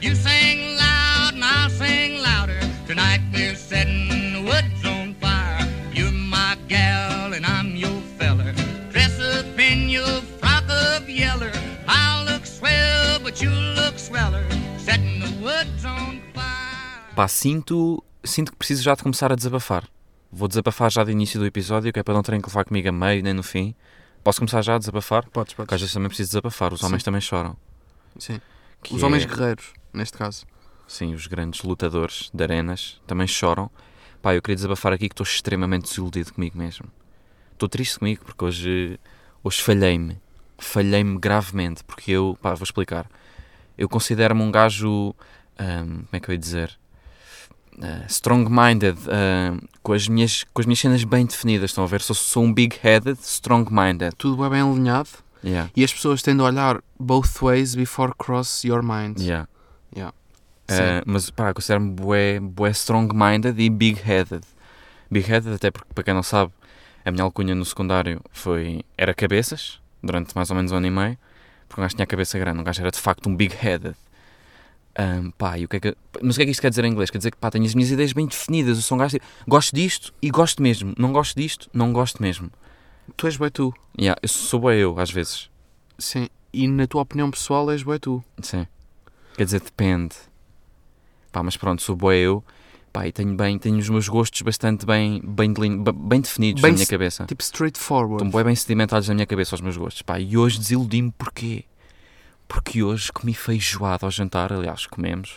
You sing loud and I'll sing louder. Tonight we're setting the woods on fire. You're my gal and I'm your feller. Dress up in your frock of yeller. I'll look swell, but you look sweller. Setting the woods on fire. Pá, sinto, sinto que preciso já de começar a desabafar. Vou desabafar já do início do episódio, que é para não terem que levar comigo a meio nem no fim. Posso começar já a desabafar? Podes, Porque às podes. vezes também preciso desabafar, os homens também choram. Sim. Que Os é- homens guerreiros, neste caso. Sim, os grandes lutadores de arenas também choram. Pá, eu queria desabafar aqui que estou extremamente desiludido comigo mesmo. Estou triste comigo porque hoje, hoje falhei-me. Falhei-me gravemente porque eu, pá, vou explicar. Eu considero-me um gajo, ahm, como é que eu ia dizer? Ah, strong-minded, ahm, com, as minhas, com as minhas cenas bem definidas, estão a ver? Sou, sou um big-headed, strong-minded. Tudo é bem alinhado Yeah, e as pessoas tendem a olhar both ways before cross your mind. yeah. Yeah. Uh, mas pá, considero-me bué, bué strong-minded e big-headed. Big-headed até porque, para quem não sabe, a minha alcunha no secundário foi, era cabeças, durante mais ou menos um ano e meio, porque um gajo tinha a cabeça grande, um gajo era de facto um big-headed. Ahm, pá, e o que é que, mas o que é que isto quer dizer em inglês? Quer dizer que pá, tenho as minhas ideias bem definidas, eu sou um gajo tipo, gosto disto e gosto mesmo, não gosto disto, não gosto mesmo. Tu és bem tu. Yeah, eu sou bué eu, às vezes. Sim. E na tua opinião pessoal és bem tu. Sim. Quer dizer, depende. Pá, mas pronto, sou boa eu. Pá, e tenho bem, tenho os meus gostos bastante bem, bem, delin- ba- bem definidos Bem na minha se- cabeça. Tipo straightforward. Estão bem, bem sedimentados na minha cabeça os meus gostos. Pá, e hoje desiludi-me porquê? Porque hoje comi feijoada ao jantar, aliás, comemos.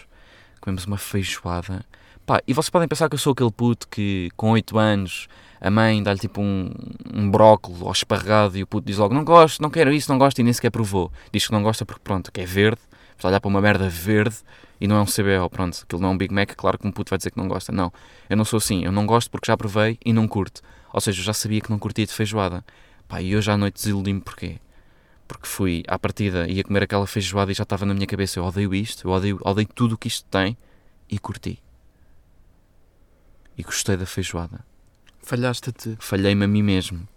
Comemos uma feijoada. Pá, e vocês podem pensar que eu sou aquele puto que com 8 anos a mãe dá-lhe tipo um, um brócolo ao esparregado e o puto diz logo não gosto, não quero isso, não gosto e nem sequer provou. Diz que não gosta porque pronto, que é verde, está a olhar para uma merda verde e não é um CBO, pronto, aquilo não é um Big Mac, claro que um puto vai dizer que não gosta. Não, eu não sou assim, eu não gosto porque já provei e não curto. Ou seja, eu já sabia que não curtia de feijoada. Pá, e hoje à noite desiludi-me porquê? Porque fui à partida, ia comer aquela feijoada e já estava na minha cabeça, eu odeio isto, eu odeio, odeio tudo o que isto tem e curti. E gostei da feijoada. Falhaste-te. Falhei-me a mim mesmo.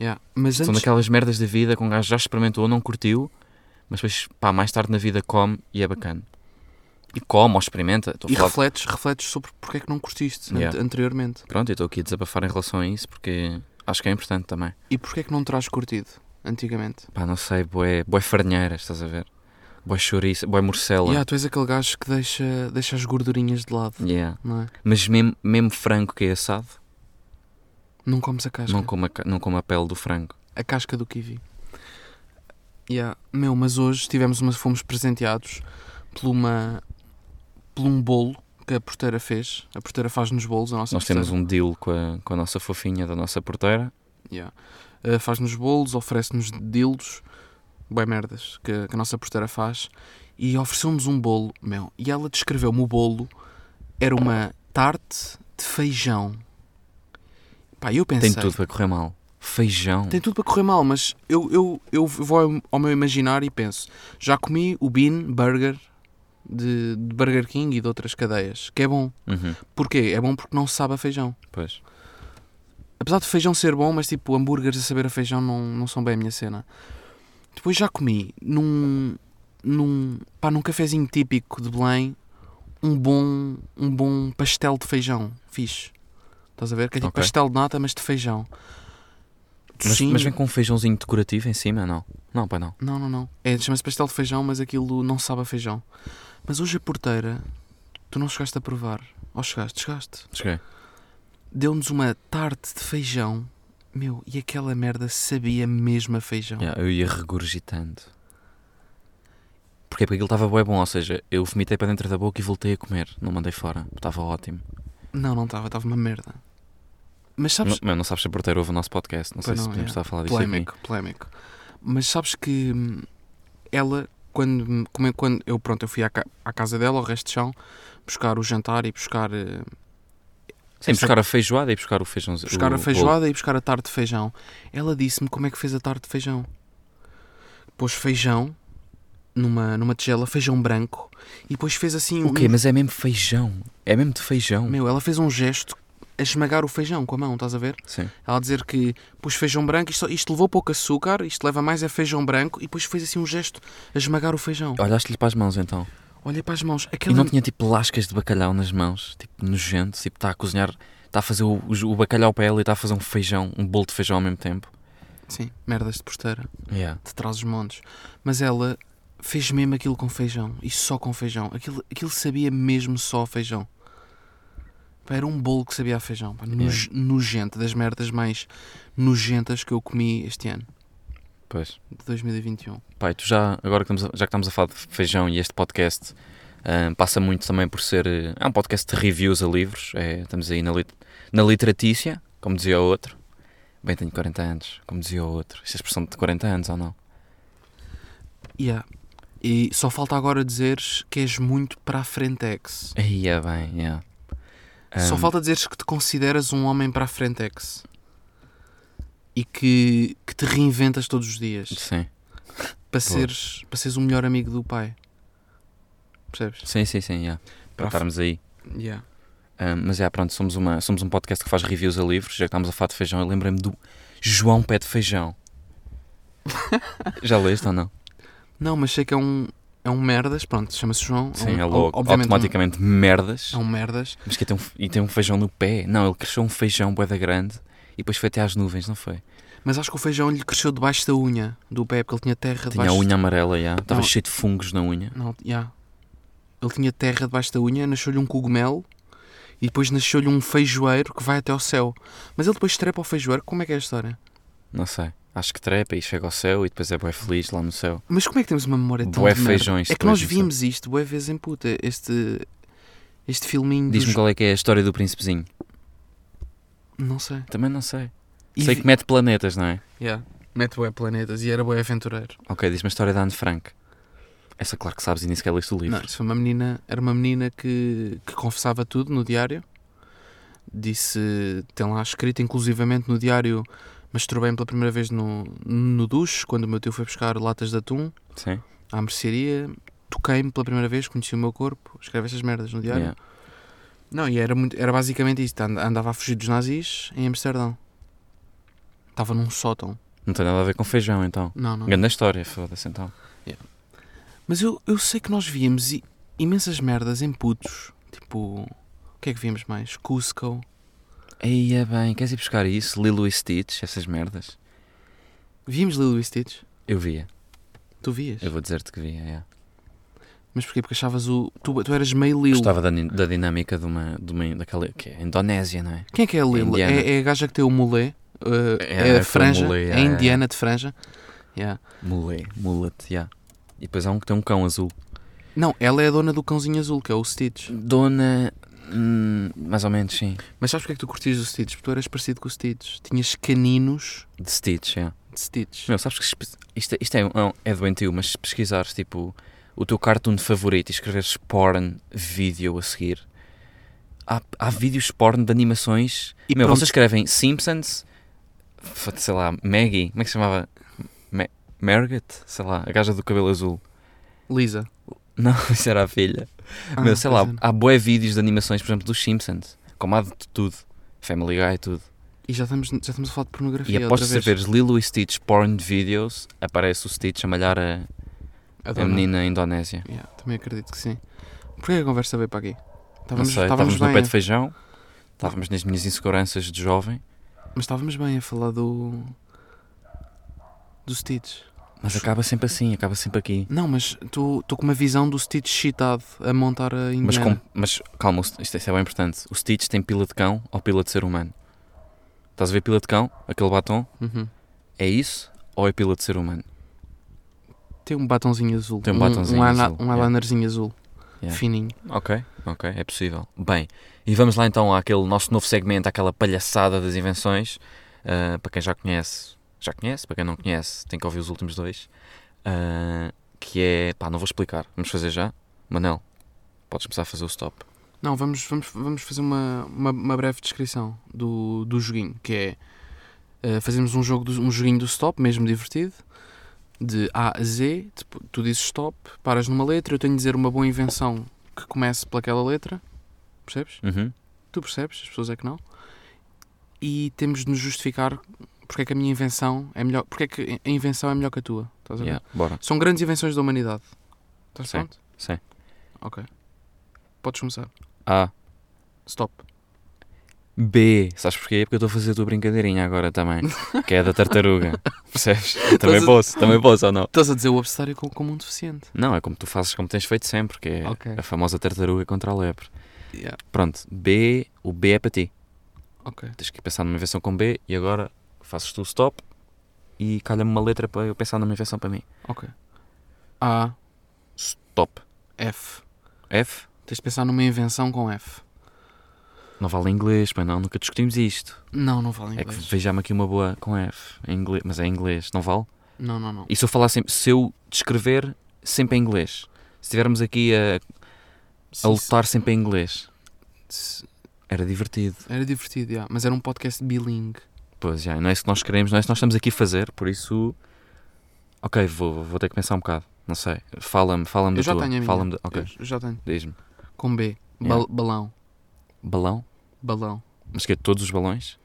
Yeah. Mas São antes... daquelas merdas da vida que um gajo já experimentou, não curtiu, mas depois, pá, mais tarde na vida come e é bacana. E come ou experimenta. Estou a E falar- refletes, refletes sobre porque é que não curtiste ante- Yeah. anteriormente. Pronto, eu estou aqui a desabafar em relação a isso porque acho que é importante também. E porque é que não terás curtido antigamente? Pá, não sei, boé, boé farinheiras, estás a ver? Boé chouriça, boé morcela. Yeah, tu és aquele gajo que deixa, deixa as gordurinhas de lado, Yeah. não é? Mas mesmo, mesmo frango que é assado, Não comes a casca. não como, a, ca- não como a pele do frango. a casca do kiwi. Yeah. Meu, mas hoje tivemos uma, fomos presenteados por uma por um bolo que a porteira fez. A porteira faz nos bolos, a nossa Nós porteira. temos um deal com a, com a nossa fofinha da nossa porteira. Yeah. Uh, faz-nos bolos, oferece-nos dildos, bem merdas, que, que a nossa porteira faz, e ofereceu-nos um bolo, meu, e ela descreveu-me o bolo, era uma tarte de feijão. Pá, eu pensei... Tem tudo para correr mal. Feijão. Tem tudo para correr mal, mas eu, eu, eu vou ao- ao meu imaginário e penso, já comi o Bean Burger de, de Burger King e de outras cadeias, que é bom. Uhum, Porquê? É bom porque não sabe a feijão. pois. Apesar de feijão ser bom, mas tipo, hambúrgueres a saber a feijão não, não são bem a minha cena. Depois já comi num. num. pá, num cafezinho típico de Belém um bom. um bom pastel de feijão. Fixe. Estás a ver? Que é tipo Ok. pastel de nata, mas de feijão. Mas, Sim. mas vem com um feijãozinho decorativo em cima, não? Não, pá, não. Não, não, não. É, chama-se pastel de feijão, mas aquilo não sabe a feijão. Mas hoje a porteira, tu não chegaste a provar. Ou chegaste, chegaste. Cheguei. Deu-nos uma tarte de feijão. Meu, e aquela merda sabia mesmo a feijão. Yeah, eu ia regurgitando. Porquê? Porque aquilo estava bué bom, ou seja, eu vomitei para dentro da boca e voltei a comer. Não mandei fora. Estava ótimo. Não, não estava, estava uma merda. Mas Não, sabes. mas não sabes se a porteira ouve o nosso podcast. Não sei Pois se não, podemos yeah. estar a falar disso aqui. polémico, polémico. Mas sabes que hum, ela, quando, me- como é- quando eu, pronto, eu fui à, ca- à casa dela, ao resto de chão, buscar o jantar e buscar. eh, Sim, buscar a feijoada e buscar o feijãozinho. buscar o a bolo. feijoada e buscar a tarte de feijão. Ela disse-me como é que fez a tarte de feijão. Pôs feijão numa, numa tigela, feijão branco, e depois fez assim O um- quê? Mas é mesmo feijão. É mesmo de feijão. Meu, ela fez um gesto a esmagar o feijão com a mão, estás a ver? Sim. Ela a dizer que pus feijão branco, isto, isto levou pouco açúcar, isto leva mais a feijão branco, e depois fez assim um gesto a esmagar o feijão. Olhaste-lhe para as mãos então. Olhei para as mãos. Ah. E Aquela... não tinha tipo lascas de bacalhau nas mãos, tipo nojento, tipo está a cozinhar, está a fazer o, o bacalhau para ela e está a fazer um feijão, um bolo de feijão ao mesmo tempo. Sim, merdas de posteira. Yeah. de trás os montes. Mas ela fez mesmo aquilo com feijão e só com feijão. Aquilo, aquilo sabia mesmo só a feijão. Pá, era um bolo que sabia a feijão. Pá, noj- Nojento, das merdas mais nojentas que eu comi este ano, Pois. de 2021. Pai, tu já, agora que estamos a- já que estamos a falar de feijão e este podcast ah, passa muito também por ser. eh, É um podcast de reviews a livros. é, estamos aí na, lit na literatícia, como dizia o outro. Bem, tenho 40 anos, como dizia o outro. Esta é a expressão de 40 anos ou não? Yeah. E só falta agora dizeres que és muito para a Frentex. Aí é bem, yeah. Só Ah, falta dizeres que te consideras um homem para a Frentex. E que, que te reinventas todos os dias. Sim, para Boa. seres, para seres o melhor amigo do pai. Percebes? sim, sim, sim, yeah. Para Para a estarmos aí. Yeah. Ah, mas é, pronto, somos, uma, somos um podcast que faz reviews a livros, já que estamos a falar de feijão, eu lembrei-me do João Pé de Feijão. já leste ou não? Não, mas sei que é um, é um merdas, pronto, chama-se João. Sim, um, é logo, obviamente um- automaticamente merdas. é um merdas. Mas que tem um, e tem um feijão no pé. Não, ele cresceu um feijão boeda grande e depois foi até às nuvens, não foi? Mas acho que o feijão lhe cresceu debaixo da unha do pé, porque ele tinha Tinha terra debaixo. a unha amarela, já. Estava Não. cheio de fungos na unha. Não, yeah. Ele tinha terra debaixo da unha, nasceu-lhe um cogumelo e depois nasceu-lhe um feijoeiro que vai até ao céu. Mas ele depois trepa ao feijoeiro, como é que é a história? Não sei. Acho que trepa e chega ao céu e depois é bué feliz lá no céu. Mas como é que temos uma memória tão Bué de merda? feijões É que nós depois, não vimos isto, bué vezes em puta, este, este filminho Diz-me Um dos... qual é que é a história do príncipezinho. Não sei. Também não sei. E sei vi- que mete planetas, não é? Yeah. Mete bué planetas e era bué aventureiro. Ok, diz-me a história da Anne Frank. Essa claro que sabes e nem sequer leste o livro. Não, isso foi uma menina, era uma menina que, que confessava tudo no diário. Disse, tem lá escrito inclusivamente no diário, masturbei-me pela primeira vez no, no duche, quando o meu tio foi buscar latas de atum Sim? à mercearia, toquei-me pela primeira vez, conheci o meu corpo, escreve essas merdas no diário. Yeah. Não, e era, muito, era basicamente isto, and- andava a fugir dos nazis em Amsterdão. Estava num sótão. Não tem nada a ver com feijão, então. Não, não. Grande história, foda-se então. Mas eu, eu sei que nós víamos i- imensas merdas em putos. Tipo, o que é que víamos mais? Cusco. Aí é bem, queres ir buscar isso? Lilo e Stitch, essas merdas? Víamos Lilo e Stitch? Eu via, Tu vias? eu vou dizer-te que via, yeah. Mas porquê? Porque achavas o. Tu, tu eras meio Lilo. Gostava da, nin- da dinâmica de uma, de uma daquela que é a Indonésia, não é? Quem é que é a Lilo? Indiana. É, é a gaja que tem o mulé. uh, É, é, é a com franja. o mulé, é é, a é, indiana de franja. Yeah. Mulé, mullet, yeah. E depois há um que tem um cão azul. Não, ela é a dona do cãozinho azul, que é o Stitch. Dona. hum, mais ou menos, sim. Mas sabes porquê é que tu curtias o Stitch? Porque tu eras parecido com o Stitch. Tinhas caninos De Stitch, yeah. de Stitch. Meu, sabes que se pes- isto, é- isto é, não, é doentio, mas se pesquisares tipo o teu cartoon favorito e escreveres porn vídeo a seguir, há, há vídeos porn de animações. E meu, pronto. vocês escrevem Simpsons, f- sei lá, Maggie, como é que se chamava? Ma Margaret? Sei lá, a gaja do cabelo azul. Lisa. Não, isso era a filha. Ah, meu, sei lá, pois é. há bué vídeos de animações, por exemplo, dos Simpsons, como há de tudo. Family Guy, tudo. E já estamos, já estamos a falar de pornografia. E após outra vez. escreveres Lilo e Stitch porn videos, aparece o Stitch a malhar a, A a dona. menina indonésia. Yeah, também acredito que sim. Porquê a conversa veio para aqui? Não Estávamos, sei, estávamos estávamos é. no bem, pé a- de feijão, estávamos nas minhas inseguranças de jovem, mas estávamos bem a falar do. do Stitch. mas acaba sempre assim, acaba sempre aqui. Não, mas tu estou com uma visão do Stitch cheatado a montar a Indiana. Mas, com- mas calma, o St- isto, isto é bem importante. O Stitch tem pila de cão ou pila de ser humano? Estás a ver pila de cão, aquele batom? Uhum. É isso ou é pila de ser humano? Tem um batonzinho azul. Tem um batonzinho um, ana- azul, Um yeah. eyelinerzinho azul. Yeah. Fininho. Ok, ok, é possível. Bem, e vamos lá então àquele nosso novo segmento, àquela palhaçada das invenções. Ah, para quem já conhece, já conhece, para quem não conhece, tem que ouvir os últimos dois. Ah, que é. pá, não vou explicar, vamos fazer já. Manel, podes começar a fazer o stop. Não, vamos, vamos, vamos fazer uma, uma, uma breve descrição do, do joguinho, que é eh, fazemos um, jogo do- um joguinho do stop, mesmo divertido, de A a Z, tipo, tu dizes stop, paras numa letra, eu tenho de dizer uma boa invenção que comece pelaquela letra, percebes? Uhum. Tu percebes, as pessoas é que não. E temos de nos justificar porque é que a minha invenção é melhor, porque é que a invenção é melhor que a tua, estás a ver? Yeah, bora. São grandes invenções da humanidade. Estás Sim, pronto? sim. Ok. Podes começar. A. Stop. B. Sabes porquê? Porque eu estou a fazer a tua brincadeirinha agora também. Que é da tartaruga. Percebes? Também a- posso, também posso ou não? Estás a dizer o abecedário co- como um deficiente. Não, é como tu fazes, como tens feito sempre, que é Ok. a famosa tartaruga contra a lepre. Yeah. Pronto, B, o B é para ti. Ok. Tens que pensar numa invenção com B e agora fazes tu o stop e calha-me uma letra para eu pensar numa invenção para mim. Ok. A. Stop. F. F, Tens de pensar numa invenção com F. não vale inglês, pois não, nunca discutimos isto. Não, não vale É que inglês. veja-me aqui uma boa com F, em inglês, mas é em inglês, não vale? Não, não, não. E se eu falar sempre, se eu descrever sempre em inglês, se estivermos aqui a, a Sim, lutar sempre em inglês, sim. era divertido. Era divertido, já. mas era um podcast bilingue. Pois já, não é isso que nós queremos, não é isso que nós estamos aqui a fazer, por isso. Ok, vou, vou ter que pensar um bocado, não sei. Fala-me, fala-me da Eu já tua. tenho a minha. Fala-me da... Ok, Eu já tenho. diz-me. Com B. Ba- Yeah. Balão. Balão? Balão. Mas que é todos os balões?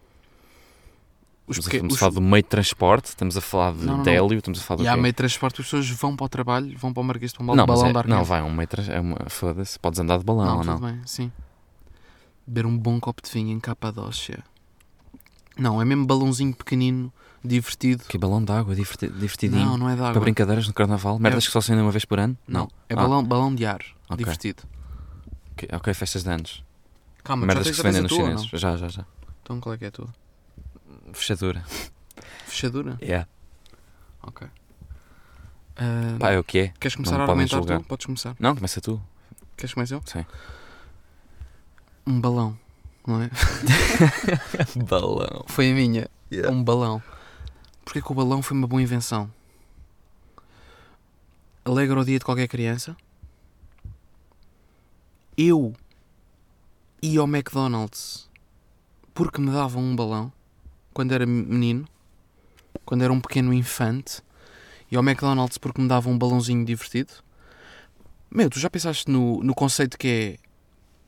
Os estamos a, peque- estamos a os- falar do meio de transporte, estamos a falar de, Não, não, não. de hélio, estamos a falar do. E há quê? meio de transporte, as pessoas vão para o trabalho, vão para o Marquês de Pombal, Não, mas balão é- da não, Arqueira. vai, um meio de trans- é uma Foda-se, podes andar de balão não, ou não? tudo bem, sim. Beber um bom copo de vinho em Capadócia. Não, é mesmo balãozinho pequenino, divertido. Que balão de água, diverti- divertidinho. Não, não é de Para água. brincadeiras no carnaval, merdas que só saem uma vez por ano? Não, é Ah, balão, balão de ar, Ok. divertido. ok- ok, festas de anos. Calma, merdas já que tens se vendem a fazer nos tua ou não? chineses. Já, já, já. Então qual é que é a tua? Fechadura. Fechadura? Yeah. Ok. Ah, Pá, é o que é. queres começar não a podem argumentar julgar. tu? Podes começar. Não, começa tu. Queres começar eu? Sim. Um balão, não é? Balão. Foi a minha. Yeah. Um balão. Porquê que o balão foi uma boa invenção? Alegra o dia de qualquer criança. Eu ia ao McDonald's porque me davam um balão quando era menino, quando era um pequeno infante, e ao McDonald's porque me davam um balãozinho divertido. Meu, tu já pensaste no, no conceito que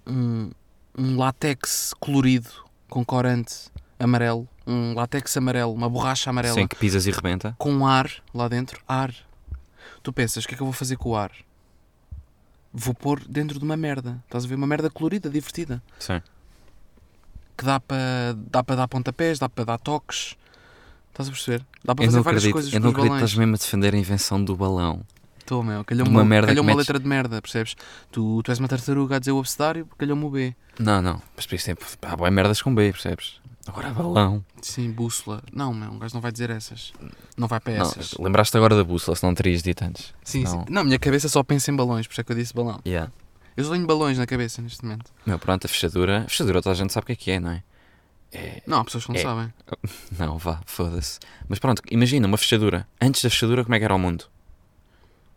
é um, um látex colorido com corante amarelo, um látex amarelo, uma borracha amarela Sem que pisas e rebenta. com ar lá dentro, ar. Tu pensas, o que é que eu vou fazer com o ar? Vou pôr dentro de uma merda. Estás a ver? Uma merda colorida, divertida. Sim. Que dá para dá para dar pontapés, dá para dar toques. Estás a perceber? Dá para Eu fazer não várias acredito, coisas eu com não acredito os que balões. estás mesmo a defender a invenção do balão. Estou, meu. Calhou-me Uma uma, merda que calhou uma metes- letra de merda, percebes? Tu, tu és uma tartaruga a dizer o abcedário, calhou-me o B. Não, não. Mas por isso é, há boas merdas com B, percebes? Agora é balão. Sim, bússola. Não, meu. Um gajo não vai dizer essas. Não vai para Não, É, essas. lembraste agora da bússola, se não terias dito antes. sim, não. sim. Não, a minha cabeça só pensa em balões, por isso é que eu disse balão. Yeah. Eu só tenho balões na cabeça neste momento. Meu, pronto, a fechadura. A fechadura toda a gente sabe o que é que é, não é? Não, há pessoas que não É. sabem. Não, vá, foda-se. Mas pronto, imagina uma fechadura. Antes da fechadura, como é que era o mundo? Era-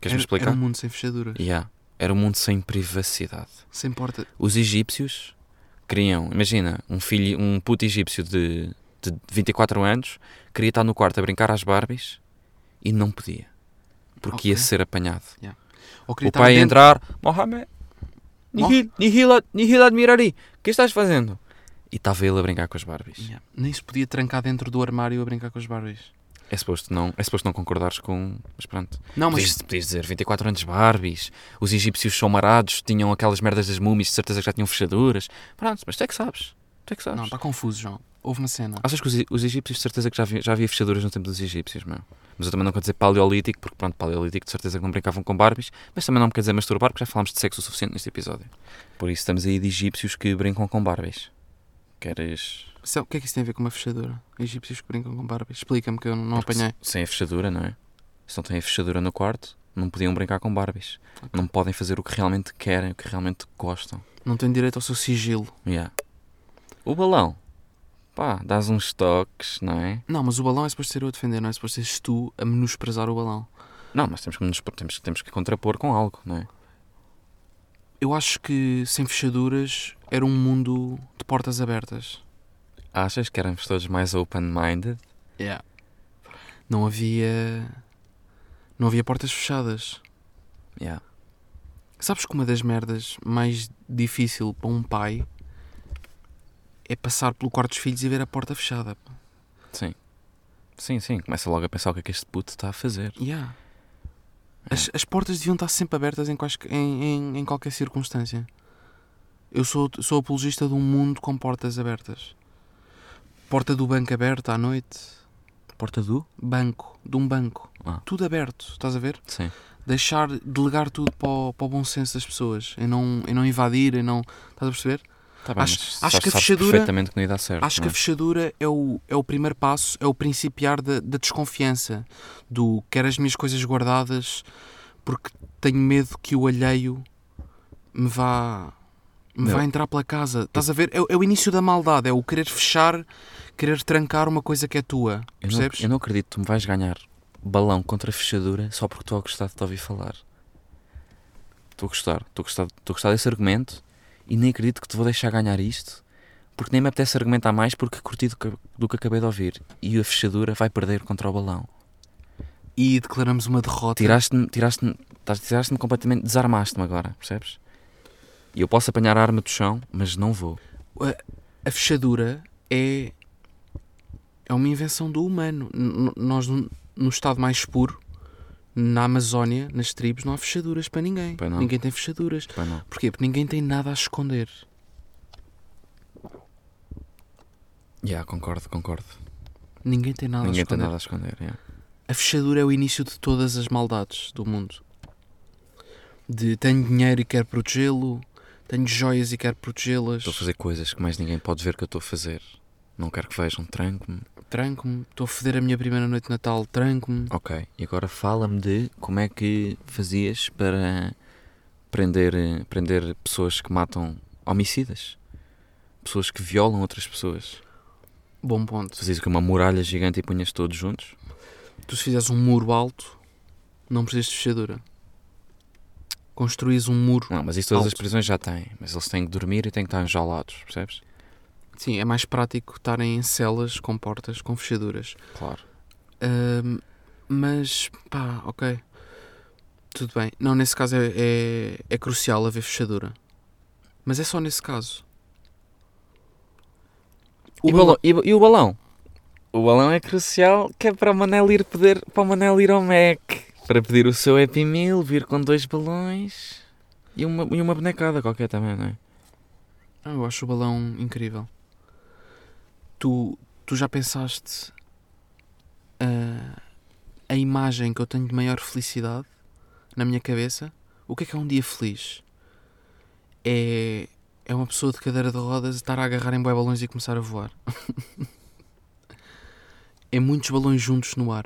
Queres-me explicar? Era um mundo sem fechaduras, Yeah. Era um mundo sem privacidade. sem porta. Os egípcios queriam, imagina, um filho, um puto egípcio de, de 24 anos queria estar no quarto a brincar às Barbies e não podia. Porque ia Ok. ser apanhado. Ou queria O estar pai ia dentro- entrar, Mohamed, nihil, nihil, nihil admirari, o que estás fazendo? E estava ele a brincar com as Barbies. Yeah. Nem se podia trancar dentro do armário a brincar com os Barbies. É suposto não, é suposto não concordares com. Mas pronto. Não, mas Podias, podias dizer 24 anos Barbies, os egípcios são marados, tinham aquelas merdas das múmias, de certeza que já tinham fechaduras. Pronto, mas tu é que sabes. Tu é que sabes. não, está confuso, João. Houve uma cena. Achas que os, os egípcios, de certeza que já havia, já havia fechaduras no tempo dos egípcios, meu? Mas eu também não quero dizer paleolítico, porque pronto, paleolítico de certeza que não brincavam com Barbies, mas também não me quero dizer masturbar, porque já falámos de sexo o suficiente neste episódio. Por isso estamos aí de egípcios que brincam com Barbies. Queres. Sabe- O que é que isso tem a ver com uma fechadura? Egípcios que brincam com Barbies. Explica-me que eu não Porque apanhei. se- Sem a fechadura, não é? Se não têm a fechadura no quarto, não podiam brincar com Barbies. Não podem fazer o que realmente querem, o que realmente gostam. Não tenho direito ao seu sigilo. Yeah. O balão. Pá, dás uns toques, não é? Não, mas o balão é suposto ser eu a defender, não é suposto seres tu a menosprezar o balão. Não, mas temos que, nos, temos, que- temos que contrapor com algo, não é? Eu acho que sem fechaduras era um mundo de portas abertas. Achas que éramos todos mais open-minded? Yeah. Não havia. Não havia portas fechadas. Yeah. Sabes que uma das merdas mais difícil para um pai é passar pelo quarto dos filhos e ver a porta fechada. pá. Sim. Sim, sim. Começa logo a pensar o que é que este puto está a fazer. Yeah. As, as portas deviam estar sempre abertas em, quais, em, em, em qualquer circunstância. Eu sou, sou apologista de um mundo com portas abertas. Porta do banco aberta à noite. Porta do? Banco. De um banco. Ah. Tudo aberto, estás a ver? Sim. Deixar, delegar tudo para o, para o bom senso das pessoas. E não, e não invadir, e não... Estás a perceber? Tá bem, Acho- mas acho sabes- que a sabes fechadura- perfeitamente que não ia dar certo. Acho que a não é? fechadura é o, é o primeiro passo, é o principiar da, da desconfiança, do quero as minhas coisas guardadas porque tenho medo que o alheio me vá me Não. vá entrar pela casa. Estás a ver? É, o- é o início da maldade, é o querer fechar, querer trancar uma coisa que é tua. eu, não, Percebes? eu não acredito que tu me vais ganhar balão contra a fechadura só porque estou a gostar de te ouvir falar. Estou a gostar. Estou a gostar, estou a gostar desse argumento e nem acredito que te vou deixar ganhar isto porque nem me apetece argumentar mais porque curti do que, do que acabei de ouvir. E a fechadura vai perder contra o balão. E declaramos uma derrota. Tiraste-me tiraste tiraste completamente, desarmaste-me agora, percebes? E eu posso apanhar a arma do chão, mas não vou. A fechadura é é uma invenção do humano. N- n- nós no, no estado mais puro, na Amazónia, nas tribos, não há fechaduras para ninguém. Pois não. Ninguém tem fechaduras. Pois não. Porquê? Porque ninguém tem nada a esconder. Yeah, concordo, concordo. Ninguém tem nada a Ninguém tem esconder. nada a esconder. yeah. A fechadura é o início de todas as maldades do mundo. De tenho dinheiro e quero protegê-lo, tenho joias e quero protegê-las, Estou a fazer coisas que mais ninguém pode ver que eu estou a fazer. Não quero que vejam, tranco-me. tranco-me, estou a foder a minha primeira noite de Natal, tranco-me. Ok, e agora fala-me de como é que fazias para prender, eh, prender pessoas que matam homicidas. Pessoas que violam outras pessoas. Bom ponto. Fazias o quê? uma muralha gigante e punhas todos juntos? Tu se fizeres um muro alto, não precisas de fechadura. Construís um muro. Não, mas isso todas as Alto. prisões já têm. Mas eles têm que dormir e têm que estar enjaulados, percebes? Sim, é mais prático estarem em celas com portas, com fechaduras. Claro. Ahm, mas, pá, ok. Tudo bem. Não, nesse caso é, é, é crucial haver fechadura. Mas é só nesse caso. O e, balão- balão- e ba- e o balão? O balão é crucial que é para o Manel ir, poder, para o Manel ir ao Mac. Para pedir o seu Happy Meal, vir com dois balões e uma, e uma bonecada qualquer também, não é? Ah, eu acho o balão incrível. Tu, tu já pensaste ah, a imagem que eu tenho de maior felicidade na minha cabeça? O que é que é um dia feliz? É, é uma pessoa de cadeira de rodas estar a agarrar em bué balões e começar a voar. é muitos balões juntos no ar.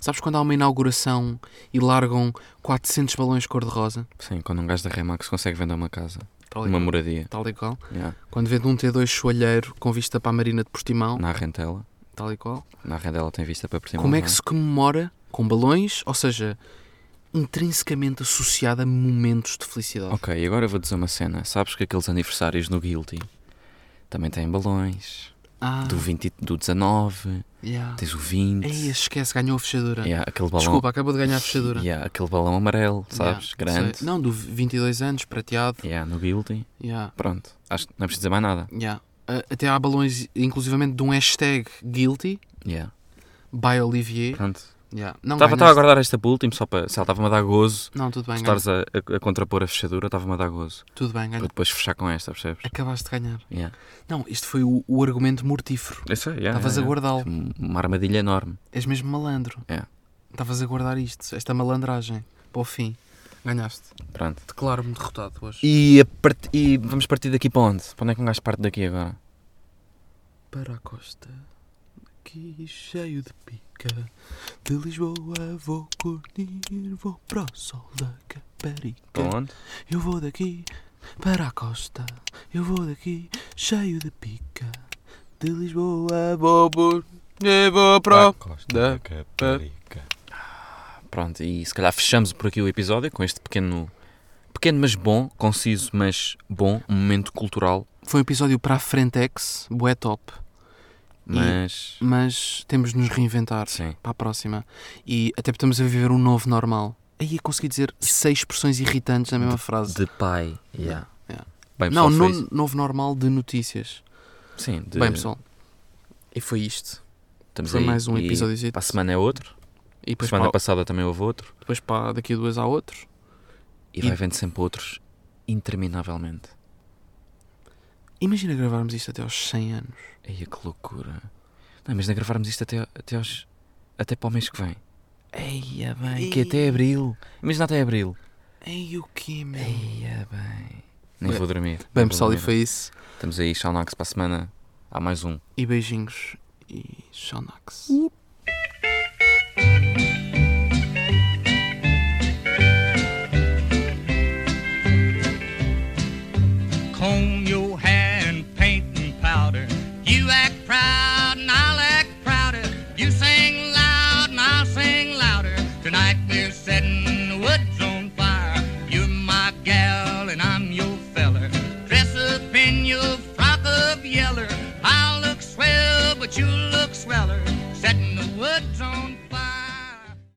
Sabes quando há uma inauguração e largam 400 balões cor-de-rosa? Sim, quando um gajo da Remax consegue vender uma casa, Tal e uma qual- moradia, Tal e qual. yeah, Quando vende um T2 soalheiro com vista para a Marina de Portimão, na rentela. tal e qual, Na rentela tem vista para Portimão. como é não que se comemora com balões? Ou seja, intrinsecamente associada a momentos de felicidade. Ok, e agora eu vou dizer uma cena. Sabes que aqueles aniversários no Guilty também têm balões. Ah, Do 20, e- do 19, yeah. tens o 20. Ei, esquece, ganhou a fechadura. yeah, aquele É, balão. Desculpa, acabou de ganhar a fechadura. Yeah, aquele balão amarelo, sabes? Yeah, Grande. sei. Não, do 22 anos, prateado. Yeah, no Guilty. Yeah. Pronto. Acho que não é preciso dizer mais nada. Yeah. Ah, Até há balões, inclusivamente, de um hashtag guilty, Yeah. by Olivier. Pronto. Tá, então Yeah. Não, Estava estava a ganhaste- guardar esta para o último só para. Sei lá, estava-me a dar gozo. Não, tudo Tu bem, ganhaste. estares a, a- a contrapor a fechadura, estava-me a dar gozo. tudo bem, Para ganhaste. depois fechar com esta, percebes? Acabaste de ganhar. Yeah. Não, este foi o, o argumento mortífero. Eu sei, yeah, Estavas yeah, a yeah. guardá-lo. Uma armadilha enorme. És mesmo malandro. É. Estavas a guardar isto, esta malandragem, para o fim. Ganhaste. Pronto. Declaro-me derrotado hoje. E, a part- e vamos partir daqui para onde? Para onde é que um gajo parte daqui agora? Para a costa, aqui cheio de pica. De Lisboa vou curtir, vou para o sol da Para Caparica. onde? Eu vou daqui para a costa, eu vou daqui cheio de pica. De Lisboa vou curtir, vou para o... Costa. Pronto, e se calhar fechamos por aqui o episódio com este pequeno. Pequeno, mas bom, conciso, mas bom, um momento cultural. Foi um episódio para a Frentex, bué top. Mas. Mas temos de nos reinventar. Sim. para a próxima. E até porque estamos a viver um novo normal. Aí eu consegui dizer seis expressões irritantes na mesma frase. De pai. Yeah. Bem, Não, pessoal, no, foi isso. novo normal de notícias. Sim, de... Bem, pessoal. E foi isto. estamos Foi aí. mais um E episódio. Para a semana é outro. E depois, Semana pá, passada também houve outro. depois pá, daqui a duas há outros. E, E- vai vendo sempre outros interminavelmente. Imagina gravarmos isto até aos 100 anos. Eia, que loucura. Não, mas ainda gravarmos isto até, até, aos, até para o mês que vem. Eia, bem, que até abril. Imagina até abril. Ei, o quê, meu? Eia, bem. Nem Bem- vou dormir. Bem, Nem vou pessoal, e dormir. foi isso. Estamos aí, Shaunax, para a semana. Há mais um. E beijinhos. E Shonax. comb your hair and paint and powder. You act proud and I'll act prouder. You sing loud and I'll sing louder. Tonight we're setting the woods on fire. You're my gal and I'm your feller. Dress up in your frock of yeller. I'll look swell, but you'll